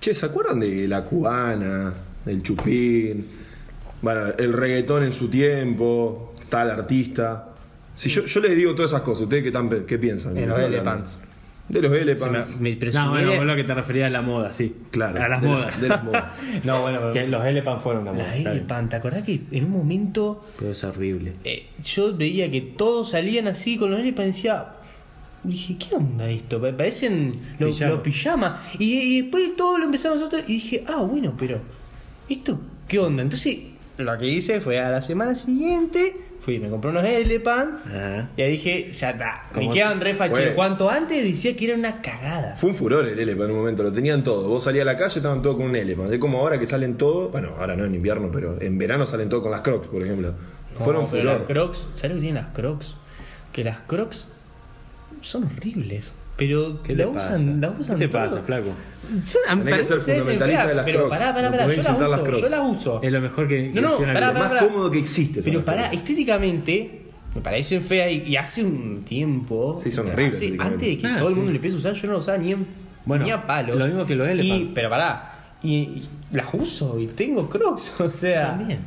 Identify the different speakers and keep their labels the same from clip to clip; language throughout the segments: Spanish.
Speaker 1: Che, ¿se acuerdan de la cubana, del chupín? Bueno, el reggaetón en su tiempo, tal artista. Si yo, yo les digo todas esas cosas, ¿ustedes qué, tan, pe- qué piensan?
Speaker 2: De los Elephants.
Speaker 1: De los
Speaker 2: Se me-
Speaker 1: Elephants.
Speaker 2: me presumí
Speaker 3: No, bueno,
Speaker 2: de-
Speaker 3: vos lo que te refería a la moda, sí.
Speaker 1: Claro.
Speaker 3: A las
Speaker 1: de la-
Speaker 3: modas.
Speaker 1: de las modas.
Speaker 3: no, bueno, que los Elephant fueron una moda.
Speaker 2: La
Speaker 3: está bien.
Speaker 2: Elephant, ¿te acordás que en un momento
Speaker 3: Pero es horrible.
Speaker 2: eh, yo veía que todos salían así con los Elephant y decía. Dije, ¿qué onda esto? Pa- Parecen los
Speaker 3: Pijama.
Speaker 2: los pijamas. Y, y después todos lo empezamos nosotros y dije, ah, bueno, pero ¿esto qué onda? Entonces, lo que hice fue a la semana siguiente, fui, me compré unos Elephants
Speaker 3: Ajá.
Speaker 2: y ahí dije, ya está. Me
Speaker 3: Como-
Speaker 2: quedan re facheros.
Speaker 1: Fue-
Speaker 2: Cuanto antes decía que era una cagada.
Speaker 1: Fue un furor el Elephant en un momento, lo tenían todo. Vos salías a la calle, estaban todos con un Elephant. Es como ahora que salen todos, bueno, ahora no en invierno, pero en verano salen todos con las Crocs, por ejemplo. Fueron
Speaker 2: No, pero
Speaker 1: furor.
Speaker 2: Las crocs, ¿sabes lo que tienen las crocs? Que las crocs son horribles. Pero
Speaker 3: ¿Qué
Speaker 2: la
Speaker 3: te pasa?
Speaker 2: usan, la usan
Speaker 3: ¿Qué te
Speaker 2: todo.
Speaker 3: pasa, flaco?
Speaker 2: Son, a mí-
Speaker 1: que
Speaker 2: para
Speaker 1: ser
Speaker 2: mí se ven
Speaker 1: fundamentalista
Speaker 2: feas,
Speaker 1: de las
Speaker 2: pero
Speaker 1: Crocs.
Speaker 2: pará, pará,
Speaker 1: No
Speaker 2: pará,
Speaker 1: podés
Speaker 2: yo las
Speaker 1: insultar
Speaker 2: uso,
Speaker 1: las Crocs.
Speaker 2: yo las uso.
Speaker 3: Es lo mejor que
Speaker 2: No, no,
Speaker 3: existió en la
Speaker 2: pará,
Speaker 3: vida.
Speaker 1: Más
Speaker 2: pará.
Speaker 1: cómodo que existe. son
Speaker 2: pero
Speaker 1: las
Speaker 2: pará,
Speaker 1: Crocs.
Speaker 2: estéticamente me parecen feas y, y hace un tiempo.
Speaker 1: Sí, son horribles,
Speaker 2: hace-
Speaker 1: estéticamente.
Speaker 2: antes de que
Speaker 3: Ah,
Speaker 2: todo el
Speaker 3: sí.
Speaker 2: mundo le empiece a usar, yo no lo usaba ni, en,
Speaker 3: Bueno,
Speaker 2: ni a palos.
Speaker 3: lo mismo que los
Speaker 2: Y-
Speaker 3: Elephant.
Speaker 2: Pero pará, y, y las uso y tengo crocs, o sea.
Speaker 3: También.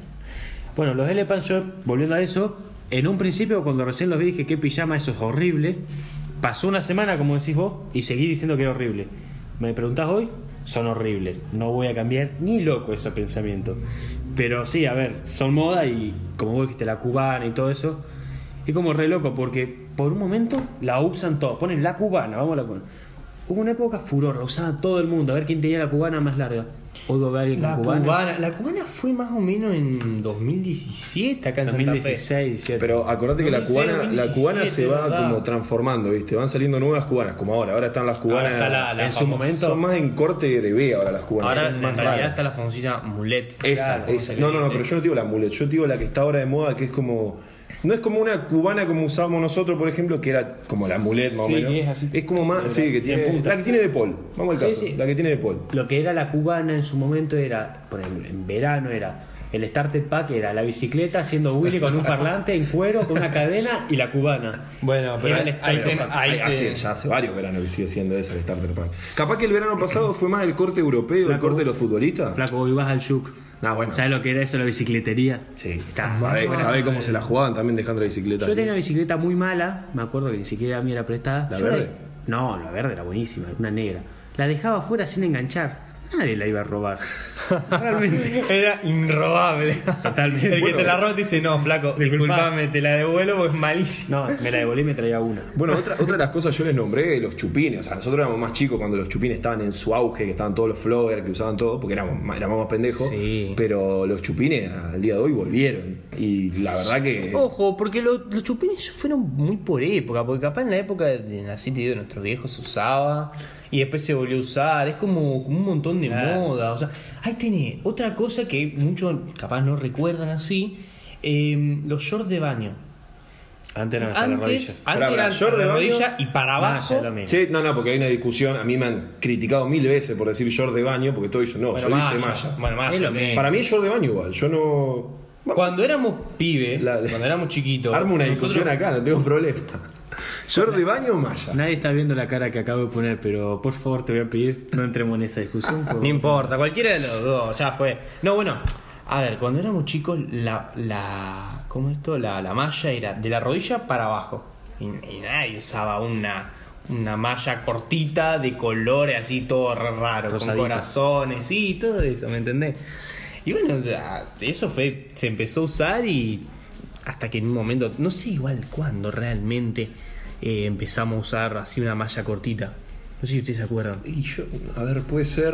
Speaker 3: Bueno, los Elephant yo, volviendo a eso, en un principio cuando recién los vi dije, qué pijama, eso es horrible. Pasó una semana, como decís vos, y seguí diciendo que era horrible. Me preguntás hoy, son horribles. No voy a cambiar ni loco ese pensamiento. Pero sí, a ver, son moda y como vos dijiste, la cubana y todo eso. Es como re loco porque por un momento la usan todos. Ponen la cubana, vamos a la cubana. Hubo una época furor, la usaba todo el mundo. A ver quién tenía la cubana más larga. Oigo a alguien con
Speaker 2: La cubana. la cubana fue más o menos en 2017 acá en 2016.
Speaker 3: 2016, ¿cierto?
Speaker 1: Eh, Pero acordate que la
Speaker 2: 2016,
Speaker 1: cubana, la cubana se
Speaker 2: 2017,
Speaker 1: va
Speaker 2: ¿verdad?
Speaker 1: como transformando, ¿viste? Van saliendo nuevas cubanas, como ahora. Ahora están las cubanas.
Speaker 2: está la- la
Speaker 1: en su
Speaker 2: famosa.
Speaker 1: momento. Son más en corte de B ahora las cubanas.
Speaker 2: Ahora
Speaker 1: son
Speaker 2: en
Speaker 1: más
Speaker 2: realidad
Speaker 1: raras.
Speaker 2: está la famosísima mulet.
Speaker 1: Esa, esa. No, no, no, pero yo no te digo la mulet, yo te digo la que está ahora de moda, que es como. No es como una cubana como usábamos nosotros, por ejemplo, que era como la mulet más
Speaker 3: Sí,
Speaker 1: o menos.
Speaker 3: es así.
Speaker 1: como más. Sí, que
Speaker 3: Bien
Speaker 1: tiene.
Speaker 3: punta.
Speaker 1: La que tiene de Paul. Vamos al
Speaker 3: Sí,
Speaker 1: caso.
Speaker 3: sí.
Speaker 1: La que tiene de Paul.
Speaker 3: Lo que era la cubana en su momento era, por ejemplo, en verano era el starter pack era la bicicleta haciendo Willy con un parlante en cuero, con una cadena y la cubana.
Speaker 2: Bueno, pero
Speaker 3: Era el
Speaker 2: es-
Speaker 3: starter
Speaker 2: ahí ten-
Speaker 3: pack.
Speaker 2: ahí
Speaker 1: Ay, hace-
Speaker 2: te-
Speaker 1: ya hace varios veranos que sigue siendo eso el Starter Pack. Capaz que el verano pasado fue más el corte europeo, el
Speaker 3: Flaco.
Speaker 1: corte de los futbolistas.
Speaker 3: Flaco, vos ibas al Yuk.
Speaker 1: Ah, bueno.
Speaker 3: ¿Sabes lo que era eso, la bicicletería?
Speaker 1: Sí,
Speaker 3: Está
Speaker 1: sabe,
Speaker 3: mal.
Speaker 1: sabe cómo se la jugaban también dejando la bicicleta.
Speaker 3: Yo tenía una bicicleta muy mala, me acuerdo que ni siquiera a mí era prestada.
Speaker 1: ¿La
Speaker 3: Yo
Speaker 1: verde?
Speaker 3: No, la verde era buenísima, una negra. La dejaba afuera sin enganchar. Nadie la iba a robar. Realmente.
Speaker 2: Era inrobable.
Speaker 3: Totalmente.
Speaker 2: El que
Speaker 3: Bueno.
Speaker 2: te la roba te dice, no, flaco, disculpame, te la devuelvo porque es malísimo.
Speaker 3: No, me la devolví y me traía una.
Speaker 1: Bueno, otra, otra de las cosas yo les nombré los chupines. O sea, nosotros éramos más chicos cuando los chupines estaban en su auge, que estaban todos los floggers, que usaban todo, porque éramos, más- éramos más pendejos.
Speaker 2: Sí.
Speaker 1: Pero los chupines al día de hoy volvieron. Y la verdad
Speaker 3: Eh,
Speaker 1: que.
Speaker 2: Ojo, porque lo- los chupines fueron muy por época, porque capaz en la época de así te digo, nuestros viejos se usaba y después se volvió a usar, es como, como un montón de
Speaker 3: Claro.
Speaker 2: moda, o sea, ahí tenés, otra cosa que muchos capaz no recuerdan así, eh, los shorts de baño.
Speaker 3: Antes era hasta la rodilla.
Speaker 2: Antes,
Speaker 1: Pará,
Speaker 2: antes
Speaker 1: pará,
Speaker 2: eran
Speaker 1: short de
Speaker 2: la
Speaker 1: baño.
Speaker 2: rodilla y para
Speaker 3: No,
Speaker 2: abajo.
Speaker 3: ya es lo mismo.
Speaker 1: Sí, no, no, porque hay una discusión. A mí me han criticado mil veces por decir short de baño, porque todo dicen no,
Speaker 2: Bueno,
Speaker 1: yo
Speaker 2: malla,
Speaker 1: hice malla.
Speaker 2: Bueno, malla,
Speaker 3: Es lo
Speaker 2: bien.
Speaker 3: mismo.
Speaker 1: Para mí es short de baño igual. Yo no. Bueno,
Speaker 2: Cuando éramos pibes,
Speaker 1: La- la-
Speaker 2: cuando éramos chiquitos,
Speaker 1: armo una
Speaker 2: nosotros-
Speaker 1: discusión acá, no tengo problema. ¿Short de baño o malla?
Speaker 3: Nadie está viendo la cara que acabo de poner, pero por favor te voy a pedir no entremos en esa discusión. por-
Speaker 2: No importa, cualquiera de los dos, ya fue. No, bueno, a ver, cuando éramos chicos, la. la ¿Cómo esto? La, la malla era de la rodilla para abajo. Y, y nadie usaba una, una malla cortita de colores así, todo re raro,
Speaker 3: Rosadita.
Speaker 2: con corazones, sí, todo eso, ¿me entendés? Y bueno, ya, eso fue. Se empezó a usar y. Hasta que en un momento, no sé igual cuándo realmente eh, empezamos a usar así una malla cortita. No sé si ustedes se acuerdan.
Speaker 1: Y yo, a ver, puede ser.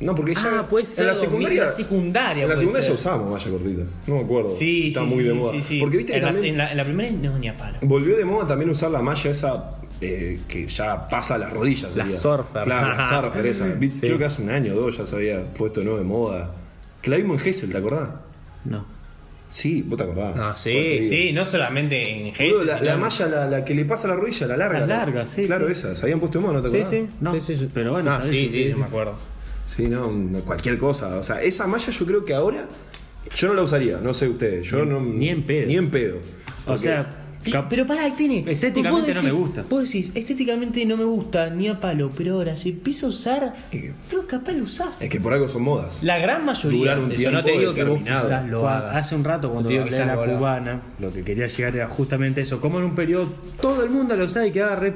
Speaker 1: No, porque ya.
Speaker 2: Ah, puede ser
Speaker 1: En la
Speaker 2: 2000,
Speaker 1: secundaria.
Speaker 2: la secundaria
Speaker 1: En la
Speaker 2: puede
Speaker 1: secundaria
Speaker 2: ser.
Speaker 1: ya usábamos malla cortita. No me acuerdo.
Speaker 2: Sí,
Speaker 1: Está
Speaker 2: sí,
Speaker 1: muy
Speaker 2: sí,
Speaker 1: de
Speaker 2: sí,
Speaker 1: moda.
Speaker 2: sí, sí.
Speaker 1: Porque viste que
Speaker 2: en, la,
Speaker 1: también
Speaker 2: en la- en la primera no ni a palo.
Speaker 1: volvió de moda también usar la malla esa eh, que ya pasa a las rodillas.
Speaker 2: La
Speaker 1: sería.
Speaker 2: surfer.
Speaker 1: Claro, la surfer esa. Vi- Creo que hace un año o dos ya se había puesto de nuevo de moda. Que la vimos en Hessel, ¿te acordás?
Speaker 3: No.
Speaker 1: Sí, vos te acordás.
Speaker 2: No,
Speaker 1: Por
Speaker 2: Ah, sí,
Speaker 1: eso te digo.
Speaker 2: sí, no solamente
Speaker 1: Boludo,
Speaker 2: en Hesse,
Speaker 1: la,
Speaker 2: sino-
Speaker 1: la malla, la, la que le pasa a la rodilla, la larga.
Speaker 3: La larga, sí,
Speaker 1: Claro,
Speaker 3: sí.
Speaker 1: esa. Se habían puesto de moda, ¿no te
Speaker 2: Sí,
Speaker 1: acordás?
Speaker 2: sí,
Speaker 3: No,
Speaker 2: sí, sí, sí.
Speaker 3: pero bueno,
Speaker 2: Ah,
Speaker 3: está bien,
Speaker 2: sí,
Speaker 3: sí,
Speaker 2: sí,
Speaker 3: sí.
Speaker 2: yo me acuerdo.
Speaker 1: Sí, no, no, cualquier cosa. O sea, esa malla yo creo que ahora yo no la usaría, no sé ustedes. Yo no,
Speaker 3: ni en pedo.
Speaker 1: Ni en pedo.
Speaker 3: O
Speaker 1: Porque
Speaker 3: sea,
Speaker 2: Y-
Speaker 3: Cap-
Speaker 2: pero pará, ahí tiene.
Speaker 3: Estéticamente
Speaker 2: Vos
Speaker 3: no me gusta.
Speaker 2: Vos decís, estéticamente no me gusta ni a palo, pero ahora si empiezo a usar, eh, pero capaz lo usás.
Speaker 1: Es que por algo son modas.
Speaker 2: La gran mayoría
Speaker 1: Durar
Speaker 2: hace
Speaker 1: un
Speaker 2: eso.
Speaker 1: tiempo
Speaker 2: no te digo que vos
Speaker 1: determinado.
Speaker 2: quizás lo
Speaker 3: Cuando-
Speaker 2: hagas.
Speaker 3: Hace un rato cuando
Speaker 2: Digo,
Speaker 3: hablé de
Speaker 2: quizás
Speaker 3: la
Speaker 2: lo haga.
Speaker 3: cubana, lo que quería llegar era justamente eso. Como en un periodo todo el mundo lo sabe que haga re,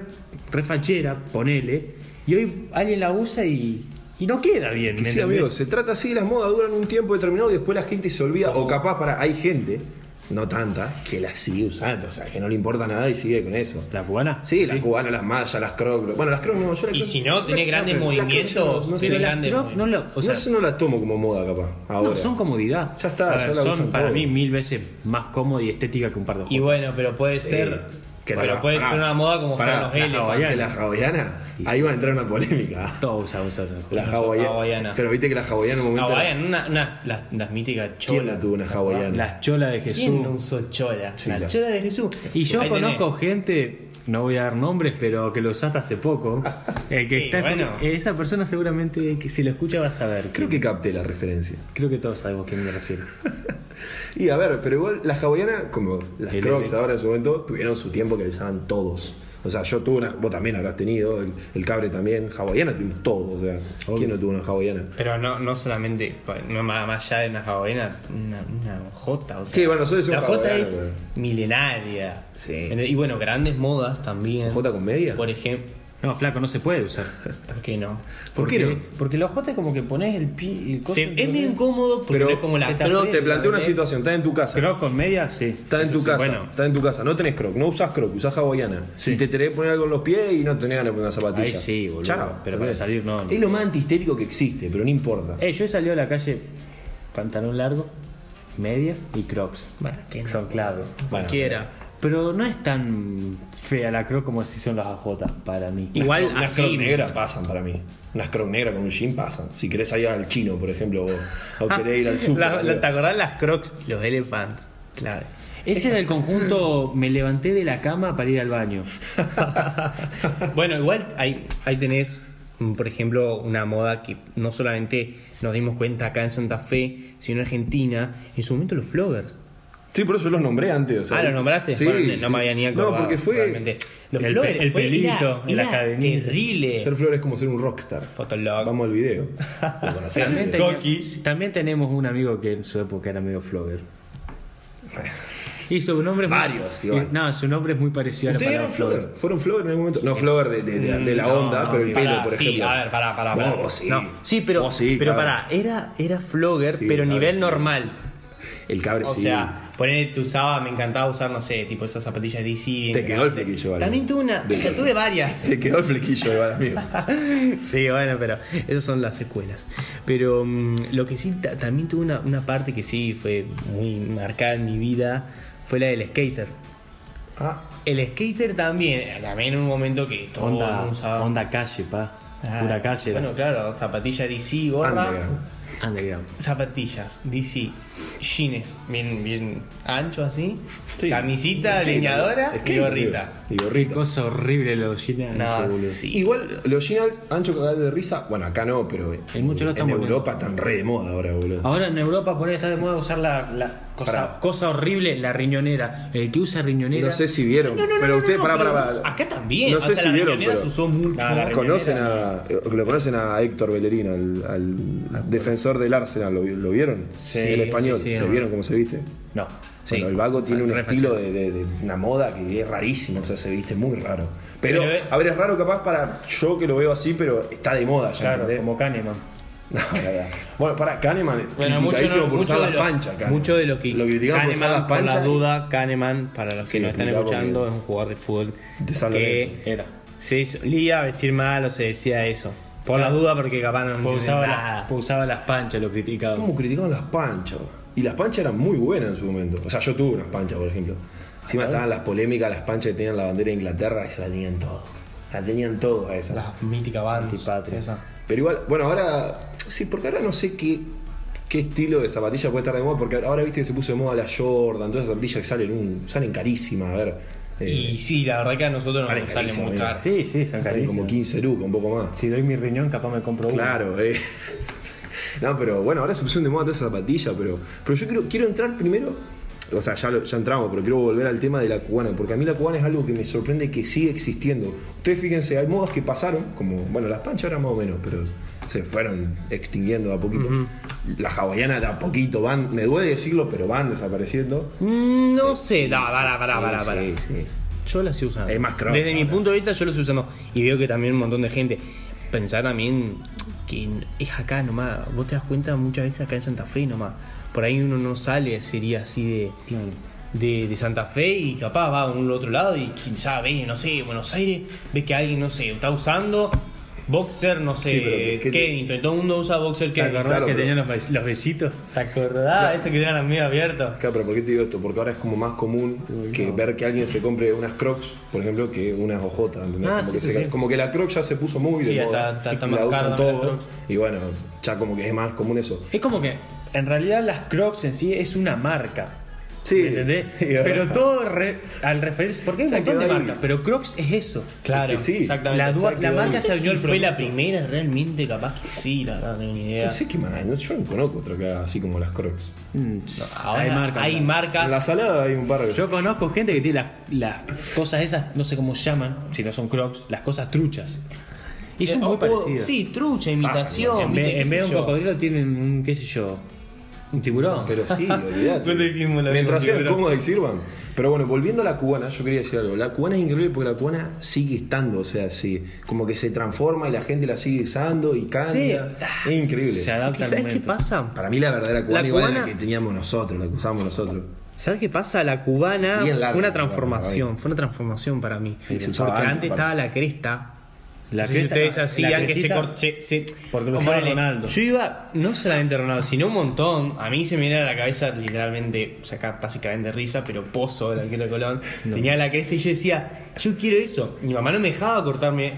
Speaker 3: re fachera, ponele, y hoy alguien la usa y, y no queda bien.
Speaker 1: Que
Speaker 3: ¿me
Speaker 1: sí,
Speaker 3: entendés?
Speaker 1: amigos, se trata así, las modas duran un tiempo determinado y después la gente se olvida. O capaz para, hay gente, no tanta, que la sigue usando, o sea, que no le importa nada y sigue con eso.
Speaker 3: La cubana.
Speaker 1: Sí, las cubanas, las mayas, las crocs. Bueno, las crocs no, yo las
Speaker 2: Y
Speaker 1: crocs-
Speaker 2: si no, tenés
Speaker 1: las-
Speaker 2: grandes
Speaker 1: las crocs
Speaker 2: movimientos,
Speaker 1: no sé,
Speaker 2: tenés
Speaker 1: las-
Speaker 2: grandes
Speaker 3: Pero no, lo- o sea,
Speaker 1: no sé, no las tomo como moda, capaz. Ahora.
Speaker 3: no, son comodidad.
Speaker 1: Ya está,
Speaker 3: A
Speaker 1: ya
Speaker 3: ver,
Speaker 1: la
Speaker 3: son
Speaker 1: usan
Speaker 3: para
Speaker 1: todo.
Speaker 3: mí mil veces más cómoda y estética que un par de
Speaker 2: Y
Speaker 3: jotas.
Speaker 2: bueno, pero puede ser.
Speaker 1: que
Speaker 2: pero
Speaker 1: pará,
Speaker 2: puede
Speaker 1: pará,
Speaker 2: ser una moda como
Speaker 1: pará,
Speaker 2: fueron los
Speaker 1: la
Speaker 2: L.
Speaker 3: hawaiana.
Speaker 1: De las hawaianas, ahí va a entrar una polémica.
Speaker 3: Todos usamos eso, ¿no?
Speaker 1: La
Speaker 2: son
Speaker 1: hawaiana.
Speaker 2: hawaianas.
Speaker 1: Pero viste que la hawaiana en un momento.
Speaker 2: Hawaiana, una- una- las, las míticas
Speaker 1: ¿Quién la
Speaker 2: cholas.
Speaker 1: tuvo una hawaiana?
Speaker 3: Las cholas de Jesús.
Speaker 2: ¿Quién no usó chola?
Speaker 1: Sí,
Speaker 2: la
Speaker 1: la-
Speaker 2: chola de Jesús.
Speaker 3: Y yo
Speaker 2: Ahí tenés.
Speaker 3: conozco gente, no voy a dar nombres, pero que lo usaste hace poco. El que
Speaker 2: Sí,
Speaker 3: está
Speaker 2: bueno.
Speaker 3: esa persona seguramente que si lo escucha va a saber.
Speaker 1: Creo que capté la referencia.
Speaker 3: creo que todos sabemos a quién me refiero.
Speaker 1: Y a ver, pero igual las hawaianas, como las
Speaker 3: El
Speaker 1: crocs
Speaker 3: L.
Speaker 1: ahora en su momento, tuvieron su tiempo que le usaban todos. O sea, yo tuve una, vos también habrás tenido, el, el cabre también, hawaiana tuvimos todos. O sea,
Speaker 3: Obvio.
Speaker 1: ¿quién no tuvo una hawaiana?
Speaker 2: Pero no, no solamente, no más, más allá de una hawaiana, una, una jota. O sea,
Speaker 1: Sí, bueno, nosotros
Speaker 2: La
Speaker 1: decimos
Speaker 2: jota
Speaker 1: hawaiana,
Speaker 2: es
Speaker 1: pero-
Speaker 2: milenaria.
Speaker 1: Sí.
Speaker 2: Y bueno, grandes modas también.
Speaker 1: ¿Jota con media?
Speaker 2: Por ejemplo,
Speaker 3: No, flaco, no se puede usar.
Speaker 2: ¿por qué no?
Speaker 1: ¿Por qué no?
Speaker 3: Porque los jotes como que pones el pi... El coso
Speaker 2: Se-
Speaker 3: entre
Speaker 2: es
Speaker 3: los
Speaker 2: medio
Speaker 3: dedos.
Speaker 2: incómodo porque
Speaker 1: Pero,
Speaker 2: no es como la
Speaker 1: pero
Speaker 2: prota.
Speaker 1: te planteo una situación, estás en tu casa.
Speaker 3: Creo con media, sí.
Speaker 1: Estás en
Speaker 3: Eso
Speaker 1: tu
Speaker 3: sí.
Speaker 1: casa,
Speaker 3: Bueno,
Speaker 1: estás en tu casa, no tenés croc, no usás croc, usás hawaiana.
Speaker 3: Sí.
Speaker 1: Y te tenés que poner algo en los pies y no tenés ganas de poner una zapatilla.
Speaker 3: Ahí sí, boludo, pero para
Speaker 1: ¿entendés?
Speaker 3: salir no, no.
Speaker 1: Es lo más antihistérico que existe, pero no importa.
Speaker 3: eh, yo he salido a la calle pantalón largo, media y crocs.
Speaker 2: Bueno, que no.
Speaker 3: Son clave.
Speaker 2: Cualquiera.
Speaker 3: Pero no es tan fea la croc como si son las ajotas para mí.
Speaker 2: Y- Igual
Speaker 1: Las croc- las
Speaker 2: así-
Speaker 1: croc negras pasan para mí. Unas croc negras con un jean pasan. Si querés ir al chino, por ejemplo, o, o querés ir al super.
Speaker 2: Ah, La- la-
Speaker 1: boludo.
Speaker 2: ¿Te acordás las crocs? Los elephants. Clave.
Speaker 3: Ese era el conjunto, me levanté de la cama para ir al baño.
Speaker 2: bueno, igual ahí, ahí tenés, mm, por ejemplo, una moda que no solamente nos dimos cuenta acá en Santa Fe, sino en Argentina, en su momento los floggers.
Speaker 1: Sí, por eso los nombré antes. o sea,
Speaker 2: ah, ¿los nombraste?
Speaker 1: Sí,
Speaker 2: Bueno, no
Speaker 1: sí.
Speaker 2: me había ni acordado.
Speaker 1: No, porque fue.
Speaker 2: realmente. Los
Speaker 3: El
Speaker 2: floggers
Speaker 3: pe- el
Speaker 2: fue-
Speaker 3: pelito,
Speaker 2: era,
Speaker 3: la
Speaker 2: era
Speaker 3: cadenita.
Speaker 2: terrible.
Speaker 1: Ser flor es como ser un rockstar.
Speaker 2: Fotolog.
Speaker 1: Vamos al video. Lo conocés.
Speaker 3: También,
Speaker 2: Sí.
Speaker 3: tenía-
Speaker 2: Coquis.
Speaker 3: también tenemos un amigo que en su época era medio flogger. Y su nombre es muy-
Speaker 1: Varios, igual.
Speaker 3: No, su nombre es muy parecido a la
Speaker 1: ¿Ustedes
Speaker 3: palabra
Speaker 1: eran
Speaker 3: flogger.
Speaker 1: flogger? ¿Fueron flogger en algún momento? No, flogger de, de- de- de
Speaker 2: Mm,
Speaker 1: la
Speaker 3: no,
Speaker 1: onda,
Speaker 3: no,
Speaker 1: pero el
Speaker 3: pará,
Speaker 1: pelo, por
Speaker 2: sí,
Speaker 1: ejemplo.
Speaker 2: a ver, pará, pará, pará.
Speaker 1: Vos, vos sí.
Speaker 2: No, sí, pero,
Speaker 1: Vos sí,
Speaker 2: pero
Speaker 1: claro.
Speaker 2: pará, era, era flogger,
Speaker 1: Sí,
Speaker 2: pero
Speaker 1: claro,
Speaker 2: nivel
Speaker 1: sí.
Speaker 2: normal.
Speaker 1: El cabre
Speaker 2: O
Speaker 1: sí.
Speaker 2: sea, ponele, te usaba, me encantaba usar, no sé, tipo esas zapatillas DC.
Speaker 1: Te quedó el flequillo, vale.
Speaker 2: También tuve una,
Speaker 1: De-
Speaker 2: o sea, tuve varias.
Speaker 1: Se quedó el flequillo de amigo.
Speaker 2: sí, bueno, pero esas son las secuelas. Pero mm, lo que sí, ta- también tuve una, una parte que sí fue muy marcada en mi vida, fue la del skater.
Speaker 3: Ah.
Speaker 2: El skater también, también en un momento que todo el
Speaker 3: Onda,
Speaker 2: mundo usaba.
Speaker 3: onda calle, pa.
Speaker 2: Ah,
Speaker 3: Pura calle. era.
Speaker 2: Bueno, claro, zapatilla DC, gorra.
Speaker 1: Underground.
Speaker 3: Underground.
Speaker 2: Zapatillas, DC, jeans, bien, bien ancho así,
Speaker 1: Sí.
Speaker 2: camisita,
Speaker 1: Skater,
Speaker 2: leñadora y
Speaker 1: skater,
Speaker 2: gorrita.
Speaker 1: Y gorrita.
Speaker 3: Cosa horrible los chinos.
Speaker 2: No,
Speaker 3: este boludo.
Speaker 2: sí.
Speaker 1: Igual, los jeans ancho cagado de risa, bueno, acá no, pero
Speaker 3: En muchos lo están volviendo.
Speaker 1: Europa están re de moda ahora, boludo.
Speaker 3: Ahora en Europa por ahí está de moda usar la, la cosa,
Speaker 1: Pará.
Speaker 3: cosa horrible, la riñonera. El que usa riñonera.
Speaker 1: No sé si vieron, pero ustedes, pará, pará,
Speaker 2: pero
Speaker 1: pará.
Speaker 2: Acá también.
Speaker 1: No
Speaker 2: o
Speaker 1: sé
Speaker 2: sea,
Speaker 1: si
Speaker 2: la
Speaker 1: vieron,
Speaker 2: riñonera
Speaker 1: pero
Speaker 2: se usó mucho.
Speaker 3: Ah, la riñonera.
Speaker 1: conocen a, lo conocen a Héctor Bellerín, al, al defensor del Arsenal, ¿lo, vi- lo vieron?
Speaker 2: Ah, Sí,
Speaker 1: El español,
Speaker 2: sí, sí,
Speaker 1: ¿lo
Speaker 2: no.
Speaker 1: vieron cómo se viste?
Speaker 3: No.
Speaker 2: Sí.
Speaker 1: Bueno, el vago tiene un
Speaker 2: Re
Speaker 1: estilo de, de- de una moda que es rarísimo, o sea, se viste muy raro. Pero,
Speaker 2: Pero, eh,
Speaker 1: a ver, es raro capaz para yo que lo veo así, pero está de moda ya,
Speaker 3: Claro,
Speaker 1: ¿entendés?
Speaker 3: como Kahneman. Pues
Speaker 1: No, la verdad. bueno, para Kahneman,
Speaker 2: Bueno, mucho,
Speaker 1: criticadísimo
Speaker 2: no-
Speaker 1: por
Speaker 2: mucho
Speaker 1: usar
Speaker 2: de
Speaker 1: las
Speaker 2: lo-
Speaker 1: panchas. Kahneman.
Speaker 2: mucho de lo que
Speaker 1: lo criticaban por usar las
Speaker 2: Kahneman, por la
Speaker 1: panchas.
Speaker 2: duda, Kahneman, para los
Speaker 1: Sí,
Speaker 2: que no están
Speaker 1: explica por qué.
Speaker 2: escuchando, es un jugador de fútbol
Speaker 1: De San
Speaker 2: que
Speaker 1: Lorenzo.
Speaker 3: Era.
Speaker 2: se solía vestir mal o se decía eso. Por la duda, porque capaz no
Speaker 3: Pues
Speaker 2: entienden
Speaker 3: usaba,
Speaker 2: nada.
Speaker 3: las, pues usaba las panchas, lo criticaba.
Speaker 1: ¿Cómo criticaban las panchas? bro? Y las panchas eran muy buenas en su momento. O sea, yo tuve unas panchas, por ejemplo. Encima estaban las polémicas, las panchas que tenían la bandera de Inglaterra y se la tenían todo. La tenían todo a esa.
Speaker 2: La mítica Vans.
Speaker 3: Antipatria.
Speaker 2: esa.
Speaker 1: Pero igual, bueno, ahora. Sí, porque ahora no sé qué, qué estilo de zapatilla puede estar de moda, porque ahora viste que se puso de moda la Jordan, todas esas zapatillas que salen, un, salen carísimas, a ver. eh,
Speaker 2: Y sí, la verdad que a nosotros
Speaker 1: Sale
Speaker 2: nos sale
Speaker 1: carísimo,
Speaker 2: muy
Speaker 1: amigo.
Speaker 2: caro.
Speaker 3: Sí, sí, son
Speaker 1: salen como
Speaker 3: carísimas.
Speaker 1: 15 lucas, un poco más.
Speaker 3: Si doy mi riñón, capaz me compro uno.
Speaker 1: Claro, eh. No, pero bueno, ahora se pusieron de moda toda esa zapatilla, pero, pero yo quiero, quiero entrar primero O sea, ya, lo- ya entramos, pero quiero volver al tema de la cubana, porque a mí la cubana es algo que me sorprende que sigue existiendo. Ustedes fíjense, hay modas que pasaron, como, bueno, las panchas ahora más o menos, pero se fueron extinguiendo de a poquito. Las hawaianas de a poquito van, me duele decirlo, pero van desapareciendo.
Speaker 2: Mm, No sé, no,
Speaker 1: Sí,
Speaker 2: para, para,
Speaker 1: sí,
Speaker 2: para, para.
Speaker 1: sí, sí.
Speaker 2: Yo las estoy usando.
Speaker 1: Es más crocs
Speaker 2: Desde mi
Speaker 1: ahora.
Speaker 2: punto de vista, yo las estoy usando. Y veo que también un montón de gente. Pensar también que es acá nomás. Vos te das cuenta muchas veces acá en Santa Fe nomás. Por ahí uno no sale, sería así de. De, de Santa Fe y capaz va a un otro lado y quién sabe, no sé, Buenos Aires, ves que alguien, no sé, está usando boxer, no sé,
Speaker 1: Sí, pero que- que-
Speaker 2: Kennington, todo el mundo usa boxer
Speaker 3: ¿Te
Speaker 2: Kennington.
Speaker 3: acordás
Speaker 1: claro,
Speaker 3: que
Speaker 1: pero-
Speaker 3: tenían los, bes- los besitos?
Speaker 2: ¿Te acordás? Ese que tenían las medio abiertas.
Speaker 1: Claro, pero ¿por qué te digo esto? Porque ahora es como más común que ver que alguien se compre unas crocs, por ejemplo, que unas ojotas. ¿entendés?
Speaker 2: Ah,
Speaker 1: como,
Speaker 2: sí,
Speaker 1: que
Speaker 2: sí,
Speaker 1: se-
Speaker 2: sí.
Speaker 1: como que la croc ya se puso muy de
Speaker 2: Sí,
Speaker 1: moda.
Speaker 2: está- está- está
Speaker 1: y
Speaker 2: más
Speaker 1: la
Speaker 2: cara
Speaker 1: usan
Speaker 2: también la
Speaker 1: todos.
Speaker 2: Crocs.
Speaker 1: Y bueno, ya como que es más común eso.
Speaker 3: Es como que, en realidad, las Crocs en sí es una marca.
Speaker 1: Sí.
Speaker 3: ¿Me entendés?
Speaker 1: Y ahora-
Speaker 3: Pero todo re- al referirse. Porque hay un
Speaker 1: Ya
Speaker 3: montón de
Speaker 1: quedó ahí.
Speaker 3: marcas, pero Crocs es eso.
Speaker 2: Claro,
Speaker 1: Es que sí.
Speaker 2: exactamente.
Speaker 3: La dua- la
Speaker 2: No
Speaker 3: marca
Speaker 2: sé
Speaker 3: se unió
Speaker 2: si
Speaker 3: al
Speaker 2: fue la
Speaker 3: producto.
Speaker 2: primera realmente, capaz que sí, la verdad, no tengo ni idea.
Speaker 1: No sé qué más, no- yo no conozco otra que haga así como las crocs.
Speaker 2: Ahora hay,
Speaker 3: marcas, claro.
Speaker 1: En
Speaker 2: marcas.
Speaker 1: la salada hay un par de...
Speaker 3: Yo conozco gente que tiene las, las cosas esas, no sé cómo se llaman, si no son crocs, las cosas truchas. Y son
Speaker 2: Eh,
Speaker 3: muy
Speaker 2: o-
Speaker 3: parecidas.
Speaker 2: Sí, trucha, imitación.
Speaker 3: En
Speaker 2: viste,
Speaker 3: vez,
Speaker 2: qué
Speaker 3: en vez de
Speaker 2: sé
Speaker 3: un
Speaker 2: yo.
Speaker 3: cocodrilo tienen un, qué sé yo, un tiburón.
Speaker 1: Pero sí, olvidate.
Speaker 2: Cuenta que dijimos la
Speaker 1: Mientras
Speaker 2: misma
Speaker 1: sean
Speaker 2: figura.
Speaker 1: cómodas y sirvan. Pero bueno, volviendo a la cubana, yo quería decir algo. La cubana es increíble porque la cubana sigue estando, o sea, sí, como que se transforma y la gente la sigue usando y cambia.
Speaker 3: Sí.
Speaker 1: Es increíble.
Speaker 3: Se adapta al
Speaker 2: ¿Sabes qué
Speaker 3: momento.
Speaker 2: pasa?
Speaker 1: Para mí la verdadera cubana,
Speaker 2: La
Speaker 1: igual es
Speaker 2: cubana-
Speaker 1: la que teníamos nosotros, la que usábamos nosotros.
Speaker 2: ¿Sabes qué pasa? La cubana
Speaker 1: Bien larga
Speaker 2: fue una
Speaker 1: la cubana,
Speaker 2: transformación, fue una transformación para mí.
Speaker 1: Y se
Speaker 2: Porque
Speaker 1: usaba antes,
Speaker 2: antes estaba
Speaker 1: parece.
Speaker 2: la cresta.
Speaker 3: La
Speaker 2: No sé si
Speaker 3: cresta-
Speaker 2: ustedes hacían
Speaker 3: la
Speaker 2: que se
Speaker 3: crestita,
Speaker 2: corte.
Speaker 3: porque lo usaba Ronaldo.
Speaker 2: Yo iba, no solamente Ronaldo, sino un montón. A mí se me viene a la cabeza, literalmente, o sea, acá casi caen de risa, pero Pozo, el arquero de Colón, tenía la cresta y yo decía, yo quiero eso. Mi mamá no me dejaba cortarme.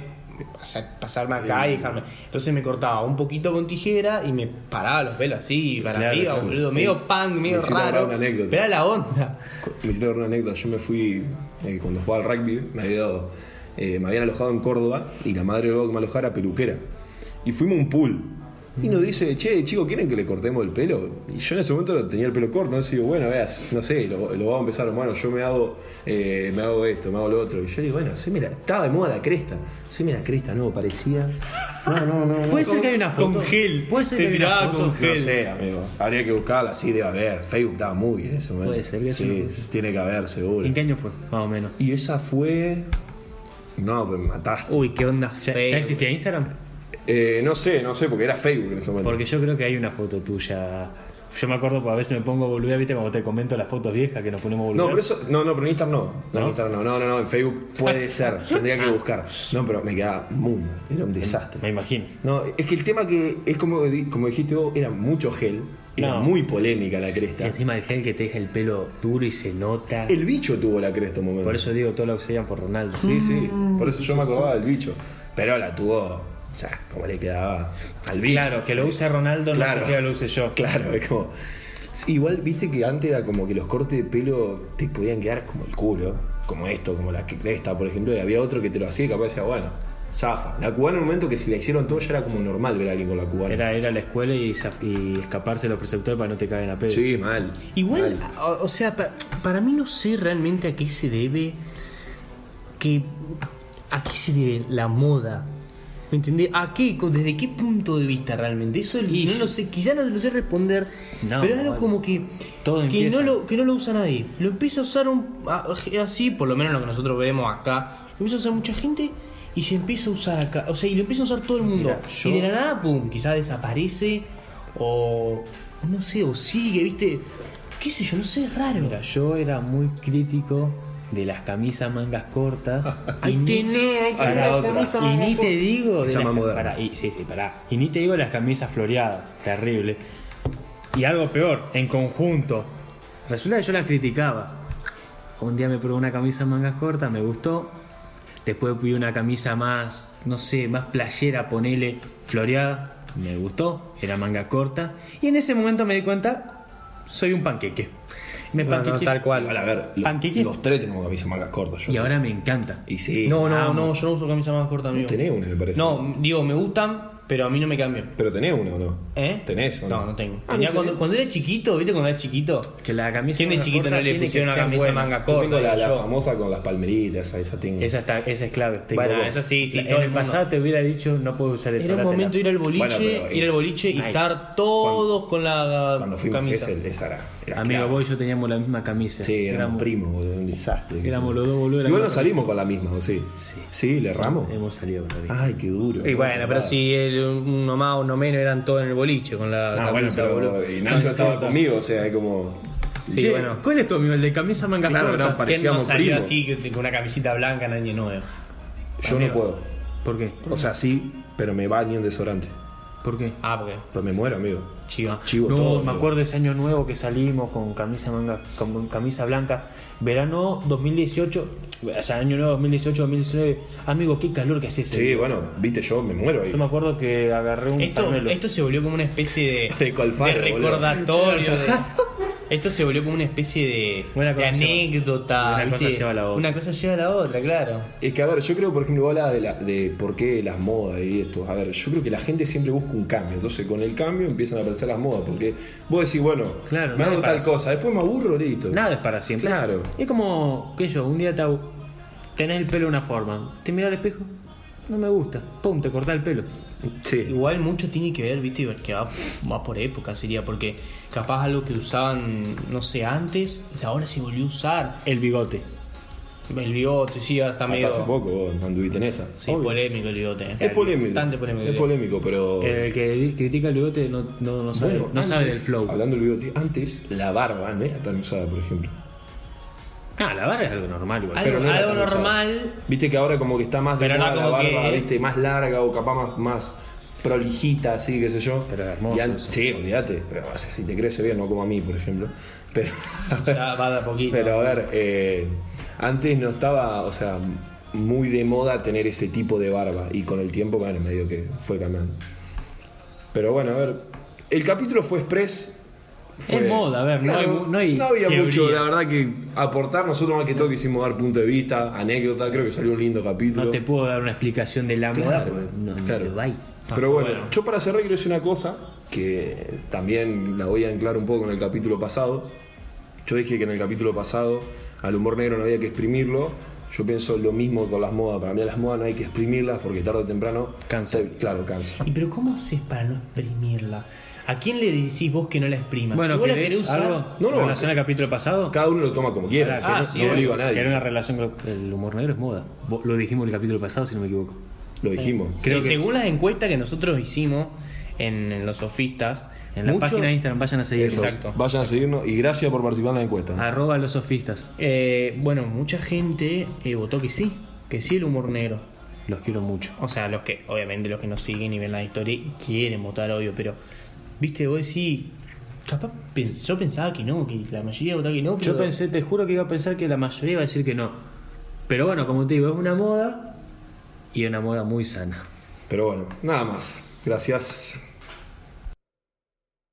Speaker 2: pasar- Pasarme acá y dejarme. Entonces me cortaba un poquito con tijera y me paraba los pelos así, para
Speaker 3: Claro,
Speaker 2: arriba,
Speaker 3: claro.
Speaker 2: boludo. Medio punk, medio
Speaker 1: hiciste acordar
Speaker 2: raro.
Speaker 1: una anécdota.
Speaker 2: Pero era la onda.
Speaker 1: Me hiciste acordar una anécdota. Yo me fui, eh, cuando jugaba al rugby, me, había dado, eh, me habían alojado en Córdoba y la madre luego que me alojara peluquera. Y fuimos a un pool. Y nos dice, che, chico, ¿quieren que le cortemos el pelo? Y yo en ese momento tenía el pelo corto, entonces digo, bueno, veas, no sé, lo, lo vamos a empezar, bueno, yo me hago, eh, me hago esto, me hago lo otro. Y yo le digo, bueno, haceme la, estaba de moda la cresta, haceme la cresta, no, parecía. No, no, no. no.
Speaker 3: Puede ser que hay una foto.
Speaker 2: Con gel.
Speaker 3: Puede ser
Speaker 2: Te
Speaker 3: que hay una
Speaker 2: tiraba
Speaker 3: foto.
Speaker 2: con gel.
Speaker 1: No sé, amigo. Habría que buscarla, sí, debe haber. Facebook estaba muy bien en ese momento.
Speaker 3: Puede ser que
Speaker 1: sí, tiene que haber, seguro.
Speaker 3: ¿En qué año fue? Más o menos.
Speaker 1: Y esa fue. No, pero me mataste.
Speaker 2: Uy, qué onda.
Speaker 3: ¿Ya,
Speaker 2: fea,
Speaker 3: ya existía Instagram?
Speaker 1: Eh, no sé, no sé, porque era Facebook en ese momento.
Speaker 3: Porque yo creo que hay una foto tuya. Yo me acuerdo, porque a veces me pongo a boludear, viste, cuando te comento las fotos viejas que nos ponemos a
Speaker 1: No,
Speaker 3: boludear.
Speaker 1: pero eso. No, no, pero en Instagram no. No, en
Speaker 3: ¿No? Ah.
Speaker 1: Instagram no. No, no, no, en Facebook puede ser. Tendría que buscar. No, pero me quedaba muy mal. Era un desastre.
Speaker 3: Me imagino.
Speaker 1: No, es que el tema que es como, di- como dijiste vos, era mucho gel. Era
Speaker 3: No.
Speaker 1: muy polémica la
Speaker 3: Y
Speaker 1: cresta.
Speaker 3: encima del gel que te deja el pelo duro y se nota.
Speaker 1: El bicho tuvo la cresta un momento.
Speaker 3: Por eso digo todo lo que se llama por Ronaldo.
Speaker 1: Sí, sí. Por eso yo me acordaba del bicho. Pero la tuvo. O sea, como le quedaba al bicho.
Speaker 3: Claro, que lo use Ronaldo
Speaker 1: Claro.
Speaker 3: no sé que lo use yo.
Speaker 1: Claro, es como. Sí, Igual viste que antes era como que los cortes de pelo te podían quedar como el culo, como esto, como la cresta, por ejemplo, y había otro que te lo hacía y capaz decía, bueno, zafa. La cubana en un momento que si la hicieron todo ya era como normal ver a alguien con la cubana.
Speaker 3: Era ir a la escuela y, sa- y escaparse de los preceptores para que no te caigan a pedo.
Speaker 1: Sí, mal.
Speaker 2: Igual,
Speaker 1: mal.
Speaker 2: o, o sea, pa- para mí no sé realmente a qué se debe que a qué se debe la moda. ¿Me entendés? ¿A qué? ¿Con- ¿Desde qué punto de vista realmente? Eso no lo sé, quizá no lo sé responder,
Speaker 3: No,
Speaker 2: pero es algo
Speaker 3: vale.
Speaker 2: como que
Speaker 3: Todo
Speaker 2: que
Speaker 3: empieza.
Speaker 2: no lo que no lo usa nadie. Lo empieza a usar un a- así, por lo menos lo que nosotros vemos acá. Lo empieza a usar mucha gente y se empieza a usar acá, o sea, y lo empieza a usar todo el mundo.
Speaker 3: Mira, yo-
Speaker 2: Y de la nada, pum, quizá desaparece o no sé, o sigue, ¿viste? ¿Qué sé yo? No sé, es raro.
Speaker 3: Mira, yo era muy crítico de las camisas mangas cortas.
Speaker 2: ahí tenés, ahí
Speaker 1: Ah,
Speaker 2: tenés
Speaker 1: la
Speaker 2: la
Speaker 1: otra.
Speaker 2: camisa
Speaker 3: Y
Speaker 2: más
Speaker 3: ni
Speaker 2: loco.
Speaker 3: te digo de
Speaker 1: Esa
Speaker 3: las
Speaker 1: más
Speaker 3: ca-
Speaker 1: moderna.
Speaker 3: pará, y, sí, sí, pará. Y ni te digo las camisas floreadas, terrible. Y algo peor, en conjunto. Resulta que yo las criticaba. Un día me probé una camisa mangas cortas, me gustó. Después vi una camisa más, no sé, más playera, ponele, floreada, me gustó, era manga corta. Y en ese momento me di cuenta, soy un panqueque. Me
Speaker 2: No, no,
Speaker 3: panquequeé.
Speaker 2: tal cual.
Speaker 1: Igual, a ver, los,
Speaker 3: Panqueque.
Speaker 1: los tres tenemos camisas mangas cortas. Yo
Speaker 3: Y ahora me encanta.
Speaker 1: Y sí.
Speaker 2: No, no,
Speaker 3: Amo.
Speaker 2: no, yo no uso camisa más corta, amigo.
Speaker 1: Tenés una, me parece.
Speaker 2: No, digo, me gustan, Pero a mí no me cambió.
Speaker 1: Pero tenés uno, ¿o ¿no?
Speaker 2: ¿Eh?
Speaker 1: ¿Tenés o
Speaker 2: No,
Speaker 1: no?
Speaker 2: no tengo.
Speaker 1: Ah,
Speaker 2: Tenía
Speaker 1: no
Speaker 2: cuando,
Speaker 1: tenés.
Speaker 2: cuando era chiquito, ¿viste? Cuando era chiquito.
Speaker 3: Que la camisa.
Speaker 2: ¿Quién de
Speaker 3: manga
Speaker 2: chiquito no
Speaker 3: corta
Speaker 2: le
Speaker 3: tiene que
Speaker 2: pusieron una
Speaker 3: ser
Speaker 2: camisa
Speaker 3: buena?
Speaker 2: manga
Speaker 1: Yo
Speaker 2: corta?
Speaker 1: tengo la, la
Speaker 2: Yo.
Speaker 1: famosa con las palmeritas, esa, esa tengo.
Speaker 3: Esa, está, esa es clave.
Speaker 1: Tengo
Speaker 2: Bueno,
Speaker 1: dos.
Speaker 2: esa sí, sí.
Speaker 3: en
Speaker 2: todo
Speaker 3: el
Speaker 2: mundo.
Speaker 3: pasado te hubiera dicho no puedo usar esa.
Speaker 2: Era un
Speaker 3: dátela.
Speaker 2: momento ir al boliche,
Speaker 1: Bueno, pero,
Speaker 2: ir al boliche y
Speaker 3: nice.
Speaker 2: estar todos con la
Speaker 1: Cuando fuimos a
Speaker 2: camisa.
Speaker 1: Gessel, esa era. era
Speaker 3: Amigo,
Speaker 1: clave.
Speaker 3: vos y yo teníamos la misma camisa.
Speaker 1: Sí, éramos, primos, boludo, un desastre.
Speaker 3: Éramos los dos, boludo,
Speaker 1: Igual
Speaker 3: éramos
Speaker 1: no salimos con la misma, ¿o sí?
Speaker 3: Sí.
Speaker 1: Sí, le erramos.
Speaker 3: Hemos salido con la misma.
Speaker 1: Ay, qué duro.
Speaker 2: Y bueno, pero si el- uno más, uno menos eran todos en el boliche con la
Speaker 1: Ah,
Speaker 2: camisa,
Speaker 1: bueno,
Speaker 2: boludo.
Speaker 1: pero y Nacho estaba conmigo, o sea, es como.
Speaker 2: Sí,
Speaker 3: Che,
Speaker 2: bueno.
Speaker 3: ¿Cuál es tu amigo? El de camisa manga
Speaker 1: Claro,
Speaker 3: corta.
Speaker 1: no, para-
Speaker 2: ¿Quién no
Speaker 1: parecíamos
Speaker 2: salió
Speaker 1: primos.
Speaker 2: así que- con una camisita blanca en año nuevo?
Speaker 1: Yo no puedo.
Speaker 3: ¿Por qué?
Speaker 1: O sea, sí, pero me baño en desodorante.
Speaker 3: ¿Por qué?
Speaker 2: Ah, porque
Speaker 1: Pero me muero, amigo.
Speaker 2: chiva.
Speaker 1: Chivo
Speaker 3: no,
Speaker 1: todo.
Speaker 3: me
Speaker 1: amigo.
Speaker 3: acuerdo ese año nuevo que salimos con camisa manga, con camisa blanca. Verano 2018, o sea, año nuevo 2018, 2019. Amigo, qué calor que hace ese.
Speaker 1: Sí,
Speaker 3: día.
Speaker 1: bueno, viste, yo me muero ahí.
Speaker 3: Yo me acuerdo que agarré un
Speaker 2: Esto,
Speaker 3: pañuelo.
Speaker 2: esto se volvió como una especie de,
Speaker 1: Parezco Alfaro,
Speaker 2: de
Speaker 1: boludo.
Speaker 2: recordatorio. de- esto se volvió como una especie de,
Speaker 3: Buena
Speaker 2: de
Speaker 3: cosa lleva-
Speaker 2: anécdota.
Speaker 3: una cosa
Speaker 2: ¿viste?
Speaker 3: lleva a la otra.
Speaker 2: Una cosa lleva a la otra, claro.
Speaker 1: Es que, a ver, yo creo, por ejemplo, vos hablabas de, la- de por qué las modas y esto. A ver, yo creo que la gente siempre busca un cambio. Entonces, con el cambio empiezan a aparecer las modas. Porque vos decís, bueno,
Speaker 3: Claro,
Speaker 1: me
Speaker 3: nada
Speaker 1: hago
Speaker 3: para
Speaker 1: tal
Speaker 3: eso.
Speaker 1: cosa, después me aburro, listo.
Speaker 3: Nada es para siempre.
Speaker 1: Claro.
Speaker 3: Es como, qué sé yo, un día te hago- tenés el pelo de una forma. Te mirás al espejo, no me gusta. Pum, te cortás el pelo.
Speaker 1: Sí.
Speaker 2: Igual mucho tiene que ver, viste, que va, va por época sería, porque capaz algo que usaban, no sé, antes, ahora se volvió a usar.
Speaker 3: El bigote.
Speaker 2: El bigote, sí, ahora está
Speaker 1: Hasta
Speaker 2: medio.
Speaker 1: hace poco vos anduviste en esa.
Speaker 2: Sí, polémico el bigote. eh.
Speaker 1: Es polémico.
Speaker 2: Bastante polémico. el
Speaker 1: Es
Speaker 2: bigote.
Speaker 1: polémico, pero.
Speaker 3: El que di- critica el bigote no, no, no sabe,
Speaker 1: Bueno,
Speaker 3: no sabe
Speaker 1: antes,
Speaker 3: del flow.
Speaker 1: Hablando del bigote, antes la barba no era tan usada, por ejemplo.
Speaker 3: Ah, la barra es algo normal igual.
Speaker 2: Algo,
Speaker 1: Pero no era
Speaker 2: algo
Speaker 1: tan usado.
Speaker 2: normal.
Speaker 1: Viste que ahora como que está más de
Speaker 2: Pero no
Speaker 1: moda la
Speaker 2: como que-
Speaker 1: barba, viste, más larga o capaz más, más prolijita, así, qué sé yo.
Speaker 3: Pero hermoso
Speaker 1: Y an-
Speaker 3: eso.
Speaker 1: Sí, olvídate. Pero o sea, si te crece bien, no como a mí, por ejemplo. Pero,
Speaker 2: Ya va de a poquito.
Speaker 1: pero a ver, eh, antes no estaba, o sea, muy de moda tener ese tipo de barba. Y con el tiempo, bueno, medio que fue cambiando. Pero bueno, a ver. El capítulo fue express. fue-
Speaker 3: Es moda, a ver, no hay- no hay
Speaker 1: había
Speaker 3: teoría.
Speaker 1: mucho, la verdad que aportar nosotros más que todo quisimos dar punto de vista, anécdota, creo que salió un lindo capítulo.
Speaker 3: No te puedo dar una explicación de la moda.
Speaker 1: Claro,
Speaker 3: porque No, no
Speaker 1: claro.
Speaker 3: lo hay.
Speaker 1: Pero bueno,
Speaker 2: bueno.
Speaker 1: yo para cerrar quiero decir una cosa que también la voy a anclar un poco en el capítulo pasado. Yo dije que en el capítulo pasado al humor negro no había que exprimirlo. Yo pienso lo mismo con las modas. Para mí a las modas no hay que exprimirlas porque tarde o temprano...
Speaker 3: Cansa.
Speaker 1: te- claro, cansa.
Speaker 2: ¿Y pero cómo haces para no exprimirla? ¿A quién le decís vos que no la exprimas?
Speaker 3: Bueno,
Speaker 2: Si vos la
Speaker 3: ¿querés
Speaker 2: querés usar-
Speaker 3: algo
Speaker 1: No, no,
Speaker 3: en relación al capítulo pasado?
Speaker 1: Cada uno lo toma como quiera.
Speaker 2: Ah,
Speaker 1: no-
Speaker 2: sí,
Speaker 1: no,
Speaker 2: obvio.
Speaker 1: obligo a
Speaker 3: Que era
Speaker 1: nadie.
Speaker 3: una relación con el humor negro es moda. Vos- Lo dijimos en el capítulo pasado, si no me equivoco.
Speaker 1: Lo dijimos.
Speaker 3: creo
Speaker 2: Y
Speaker 3: que-
Speaker 2: Según las encuestas que nosotros hicimos en, en los sofistas,
Speaker 3: En la
Speaker 2: mucho-
Speaker 3: página de Instagram vayan a seguir
Speaker 1: Eso,
Speaker 2: Exacto.
Speaker 1: Vayan a seguirnos y gracias por participar en la encuesta.
Speaker 3: Arroba los sofistas.
Speaker 2: eh, bueno, mucha gente eh, votó que sí, que sí el humor negro.
Speaker 3: Los quiero mucho.
Speaker 2: O sea, los que, obviamente, los que nos siguen y ven la historia y quieren votar, obvio, pero, viste, vos decís, capaz, pens- yo pensaba que no, que la mayoría votaba que no, pero
Speaker 3: Yo pensé, te juro que iba a pensar que la mayoría iba a decir que no. Pero bueno, como te digo, es una moda y una moda muy sana.
Speaker 1: Pero bueno, nada más. Gracias.